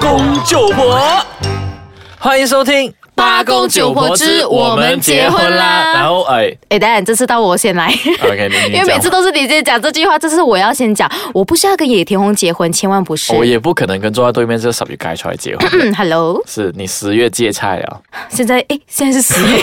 公九婆，欢迎收听《八公九婆之我们结婚啦然后哎哎，当然这次到我先来。 ，OK，你啊你因为每讲次都是你先讲这句话，这次我要先讲。我不是要跟野田红结婚，千万不是。哦我也不可能跟坐在对面这个十月芥菜结婚的。嗯，Hello，是你十月芥菜啊！现在哎，现在是 十月，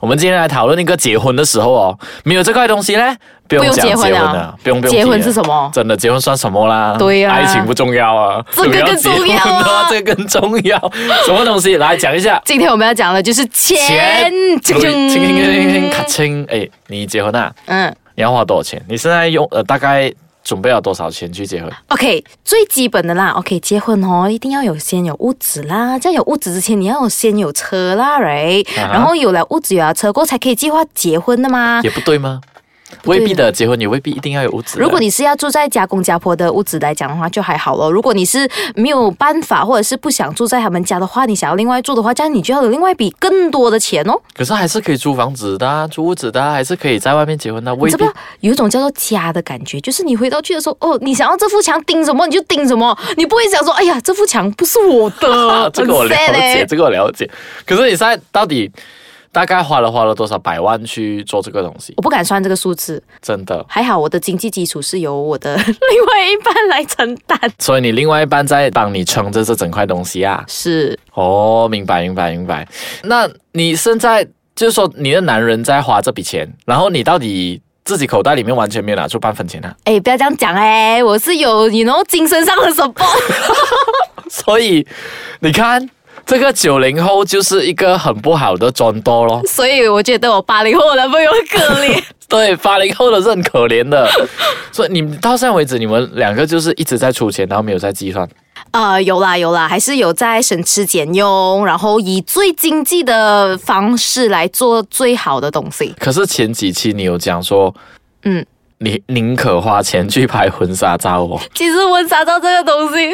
我们今天来讨论一个结婚的时候哦，没有这块东西呢，不用不用讲结结婚婚啊了，不用不用提结了。婚是什么？真的结婚算什么啦？对啊爱情不重要啊，这个主更结婚重要啊的话这个更重要。什么东西？来讲一下。今天我们要讲的就是钱。对，轻轻轻轻轻咔清，哎，你结婚啊？嗯你要花多少钱？你现在用呃大概准备了多少钱去结婚？ ，OK，最基本的啦。OK，结婚哦，一定要有先有屋子啦。在有屋子之前，你要有先有车啦，right？、啊哈然后有了屋子有了车过，后，才可以计划结婚的嘛。也不对吗？对未必的，结婚也未必一定要有屋子的。如果你是要住在家公家婆的屋子来讲的话，就还好咯。如果你是没有办法，或者是不想住在他们家的话，你想要另外住的话，这样你就要有另外一笔更多的钱哦。可是还是可以租房子的、啊，租屋子的、啊，还是可以在外面结婚的、你未知必不知道有一种叫做家的感觉，就是你回到去的时候，哦，你想要这幅墙钉什么你就钉什么，你不会想说，哎呀，这幅墙不是我啊，的这个我了很 sad 解，欸这个我了解。可是你现在到底大概花了花了多少百万去做这个东西？ 我不敢算这个数字，真的。还好我的经济基础是由我的另外一半来承担。所以你另外一半在帮你撑着这整块东西啊？ 是，哦，明白明白明白。那你现在就是说你的男人在花这笔钱，然后你到底自己口袋里面完全没有拿出半分钱啊？哎，不要这样讲哎、我是有你 you know 精神上的 support。 所以你看，这个九零后就是一个很不好的转多咯。所以我觉得我八零后男朋友很可怜。对，八零后的是很可怜的。所以你们到现在为止，你们两个就是一直在出钱，然后没有在计算。呃，有啦有啦，还是有在省吃俭用，然后以最经济的方式来做最好的东西。可是前几期你有讲说，嗯，你宁可花钱去拍婚纱照哦。其实婚纱照这个东西，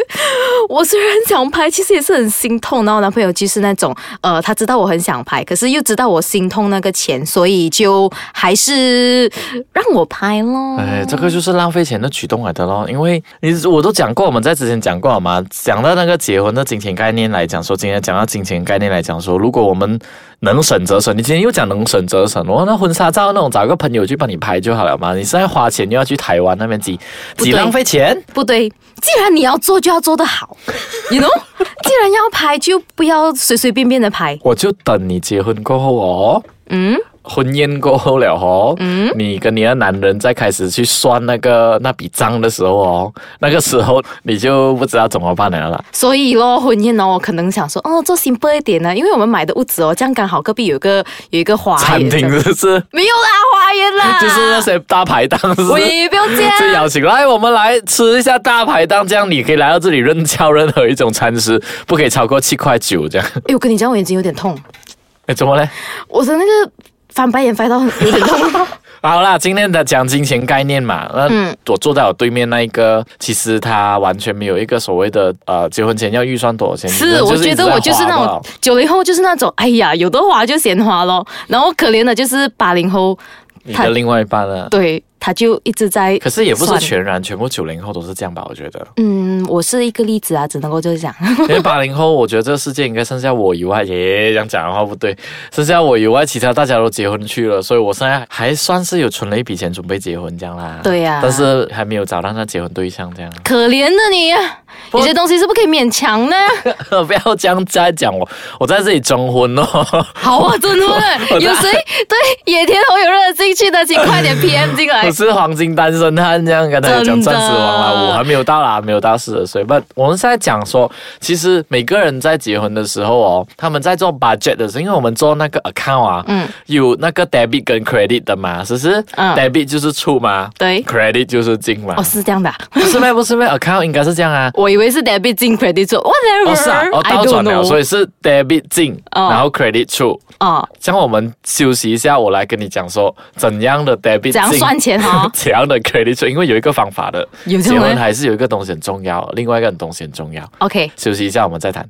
我虽然想拍，其实也是很心痛。然后我男朋友就是那种，呃，他知道我很想拍，可是又知道我心痛那个钱，所以就还是让我拍咯。哎，这个就是浪费钱的举动来的咯，因为你我都讲过，我们在之前讲过了嘛，讲到那个结婚的金钱概念来讲说，今天讲到金钱概念来讲说，如果我们能省则省，你今天又讲能省则省，哦，那婚纱照那种找一个朋友去帮你拍就好了嘛，你现在花钱又要去台湾那边挤不挤对浪费钱，不对，既然你要做，就要做得好，you know？既 然要拍，就不要随随便便的拍。我就等你结婚过后哦，嗯，婚宴过后了哦，你跟你的男人再开始去算那个那笔账的时候哦，那个时候你就不知道怎么办了啦。所以咯，婚宴哦，我可能想说，哦，做 simple 一点呢，因为我们买的屋子哦，这样刚好隔壁有一个有一个花餐园厅的，是不是？没有啦，花园啦，就是那些大排档是不是。啊喂，不要这样。就邀请来，我们来吃一下大排档，这样你可以来到这里任敲任何一种餐食，不可以超过七块九这样。哎，我跟你讲，我眼睛有点痛，哎，怎么嘞？我的那个翻白眼翻到有 点痛。好啦，今天的讲金钱概念嘛，那嗯我坐在我对面那一个，其实他完全没有一个所谓的呃结婚前要预算多少钱。是，人就我一觉直在得我就是花那好不好种九零后，就是那种，哎呀，有的花就嫌花咯。然后可怜的就是八零后，你他的另外一半呢？对，他就一直在可是也不是算全然全部九零后都是这样吧？我觉得，嗯，我是一个例子啊，只能够就是讲，因为八零后，我觉得这个世界应该剩下我以外，耶，这样讲的话不对，剩下我以外，其他大家都结婚去了，所以我现在还算是有存了一笔钱，准备结婚这样啦。对呀但是还没有找到那结婚对象这样。 可怜的你啊，不有些东西是不可以勉强的。不要这样再讲我，我在这里征婚哦。好 啊，真的我，有谁对野田红有任何兴趣的，请快 点 PM 进来我。哦是黄金单身汉，这样跟大家讲真的钻石王啦，我还没有到啦，没有到四十岁。不，我们是在讲说，其实每个人在结婚的时候哦，他们在做 budget 的时候，因为我们做那个 account 啊，嗯有那个 debit 跟 credit 的嘛，只是嗯 debit 就是出嘛，对， credit 就是进嘛哦，，是这样的啊，不是呗，不是呗，account 应该是这样 啊。我以为是 debit 进 credit 做哦，是啊， ，whatever，哦， I 倒 don't 转了， know 所以是 debit 进，哦然后 credit 出。哦，这样我们休息一下，我来跟你讲说怎样的 debit 怎样进算钱哦 怎样的 credit 出，因为有一个方法的，有这结种婚人还是有一个东西很重要，另外一个东西很重要。 ，OK，休息一下，我们再谈。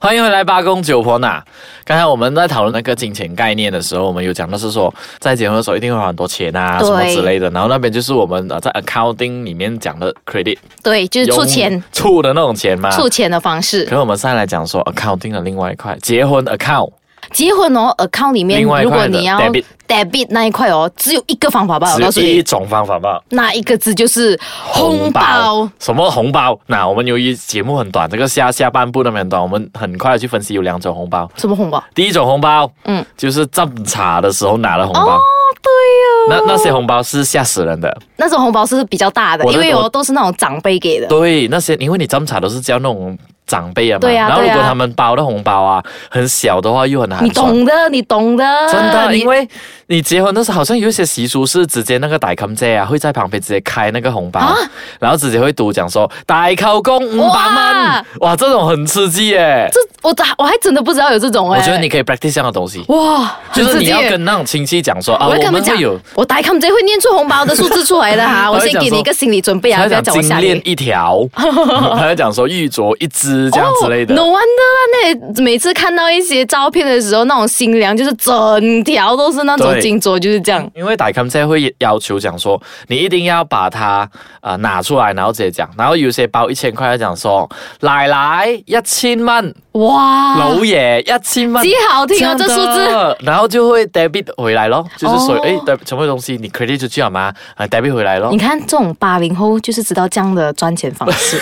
欢迎回来八公九婆呐！刚才我们在讨论那个金钱概念的时候，我们有讲到是说，在结婚的时候一定会花很多钱啊，对什么之类的。然后那边就是我们呃在 accounting 里面讲的 credit，对，就是出钱用出的那种钱嘛。出钱的方式可。是我们现在来讲说 accounting 的另外一块，结婚 account 结婚哦，account 里面另外一如块果的你要 debit debit 那一块哦，只有一个方法吧，我告诉只有一你，种方法吧。那一个字就是红包。什么红包？那我们由于节目很短，这个下下半部那边很短，我们很快的去分析有两种红包。什么红包？第一种红包，嗯，就是斟茶的时候拿的红包。哦，对那哦，那些红包是吓死人的，那种红包是比较大的，我的因为我我都是那种长辈给的。对，那些因为你斟茶都是叫那种长辈啊嘛，对啊然后如果对啊他们包的红包啊很小的话，又很寒你酸。懂的，你懂的，真的，啊你因为你结婚的时候，好像有一些习俗是直接那个大襟姐啊，会在旁边直接开那个红包，啊然后直接会读讲说大口公五百蚊哇，哇，这种很刺激耶！这我我还真的不知道有这种哎、我觉得你可以 practice 这样的东西，哇，就是很刺你激要耶。跟那种亲戚讲说啊，我会我跟他们们讲会有，我打他们直接会念出红包的数字出来的 哈，我他会先讲给你一说个心理准备啊，他不要讲讲我金吓链你。一条， 他会讲说玉镯一只这样之类的。哦、no wonder 啦，那每次看到一些照片的时候，那种新娘就是整条都是那种对金镯，就是这样。因为打 com 车会要求讲说，你一定要把它呃拿出来，然后直接讲。然后有些包一千块，讲说奶奶一千蚊，哇，老爷一千蚊极。好听哦，这样数字。的然后就会 debit 回来咯，就是所以哦哎，对全部东西你 credit 出去好吗？啊，debit 回来咯你。看这种八零后就是知道这样的赚钱方 式。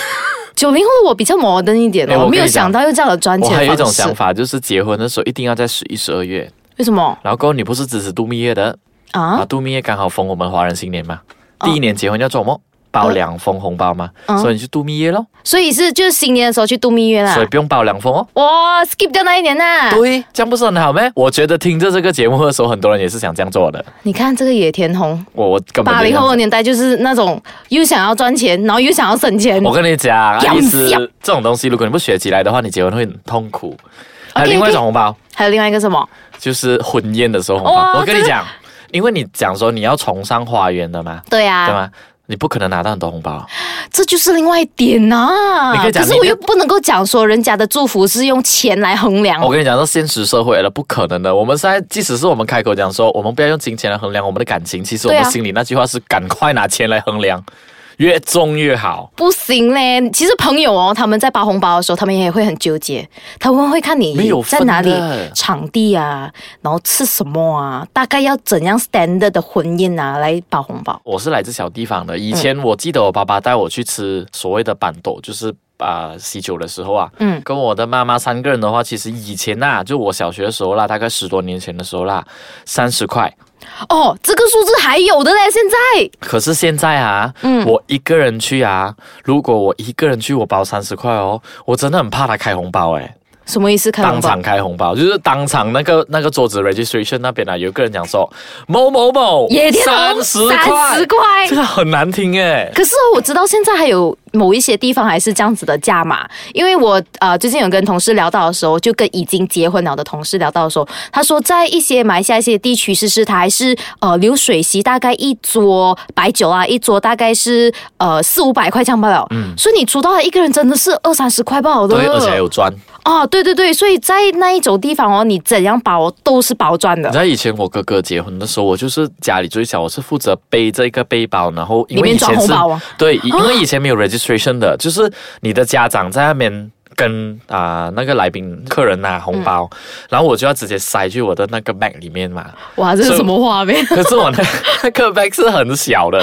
九零后的我比较摩登一点哎哦，我我没跟有你讲想到用这样的赚我钱还有一的种方式。想法，就是结婚的时候一定要在十一、十二月。为什么然后过后你不是支持度蜜月的啊哦啊？？度蜜月刚好逢我们华人新年嘛，第一年结婚要做什么？包两封红包嘛，嗯所以你去度蜜月咯，所以是就是新年的时候去度蜜月啦所以。不用包两封哦。哇，skip 掉那一年呐、对，这样不是很好咩？我觉得听着这个节目的时候，很多人也是想这样做的。你看这个野田红，我我根本八没零有后的年代就是那种又想要赚钱，然后又想要省钱。我跟你讲，爱丽丝要这种东西，如果你不学起来的话，你结婚会很痛苦。还有 OK，另外一 OK 种红包，还有另外一个什么？就是婚宴的时候红包。哇我跟你这个讲，因为你讲说你要崇尚花园的嘛，对对啊，吗？你不可能拿到很多红包，这就是另外一点呐、你可以讲可是你我的又不能够讲说人家的祝福是用钱来衡量。我跟你讲，这现实社会了，不可能的。我们现在，即使是我们开口讲说，我们不要用金钱来衡量我们的感情，其实我们对啊心里那句话是：赶快拿钱来衡量，越重越好。不行嘞！其实朋友哦，他们在包红包的时候，他们也会很纠结，他们会看没你有分的在哪里、场地啊，然后吃什么啊，大概要怎样 standard 的婚宴啊来包红包。我是来自小地方的，以前我记得我爸爸带我去吃所谓的板豆，就是。啊、喜酒的时候啊，嗯跟我的妈妈三个人的话，其实以前呐、就我小学的时候啦，大概十多年前的时候啦，三十块。哦，这个数字还有的嘞，现在可是现在啊，嗯我一个人去啊，如果我一个人去，我包三十块哦，我真的很怕他开红包诶、什么意思？看当红包场开红包，就是当场那个那个桌子 registration 那边啊，有一个人讲说某某某野天三红十块30，块这个很难听欸诶、可是哦，我知道现在还有某一些地方还是这样子的价码，因为我呃最近有跟同事聊到的时候，就跟已经结婚了的同事聊到的时候，他说在一些马来西亚一些地区，是是他还是呃流水席，大概一桌白酒啊，一桌大概是呃四五百块这样罢了。嗯，所以你出到来一个人真的是二三十块罢了的。对，而且还有砖。哦，对对对，所以在那一种地方哦，你怎样包都是包赚你的知。道以前我哥哥结婚的时候，我就是家里最小，我是负责背这个背包，然后因里为以面装前红是包啊 对，以因为以前没有 registration 的，就是你的家长在那边。跟啊、那个来宾客人拿红包，嗯然后我就要直接塞去我的那个 bag 里面嘛。哇，这所是以什么画面？可是我那那 个 bag 是很小的，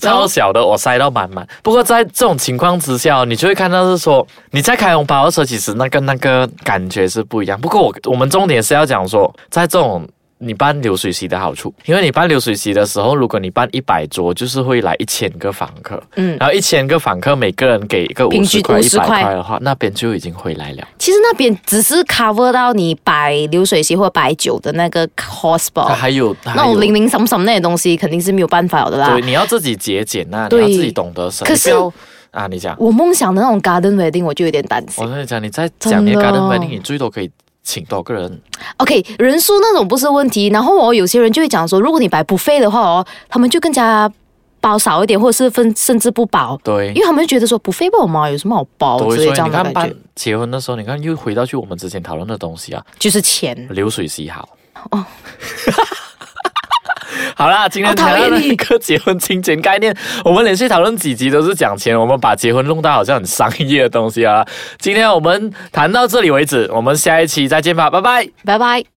然后超小的，我塞到满满。不过在这种情况之下，你就会看到是说你在开红包的时候，其实那个那个感觉是不一样。不过我我们重点是要讲说，在这种。你办流水席的好处，因为你办流水席的时候，如果你办一百桌，就是会来一千个访客，嗯然后一千个访客每个人给一个平五十均块、一50百块块的话，那边就已经回来了。其实那边只是 cover 到你摆流水席或摆酒的那个 cost 它吧，还有哦那种零零散散那些东西肯定是没有办法了的啦对，。你要自己节俭呐、你对要自己懂得省。可你不是要啊，你讲。我梦想的那种 garden wedding 我就有点担心我。跟你讲，你在真讲你的的 garden wedding，你最多可以请多个人， OK，人数那种不是问题，然后哦，有些人就会讲说，如果你摆 buffet 的话哦，他们就更加包少一点，或者是分甚至不包，对因为他们就觉得说不费吧嘛，有什么好包对，之类所哦这以样你的看感办觉，结婚的时候，你看又回到去我们之前讨论的东西啊，就是钱。流水席好。哦 好啦，今天好讨谈厌到了你一个结婚金钱概念，我们连续讨论几集都是讲钱，我们把结婚弄到好像很商业的东西啊。今天我们谈到这里为止，我们下一期再见吧，拜拜。拜拜。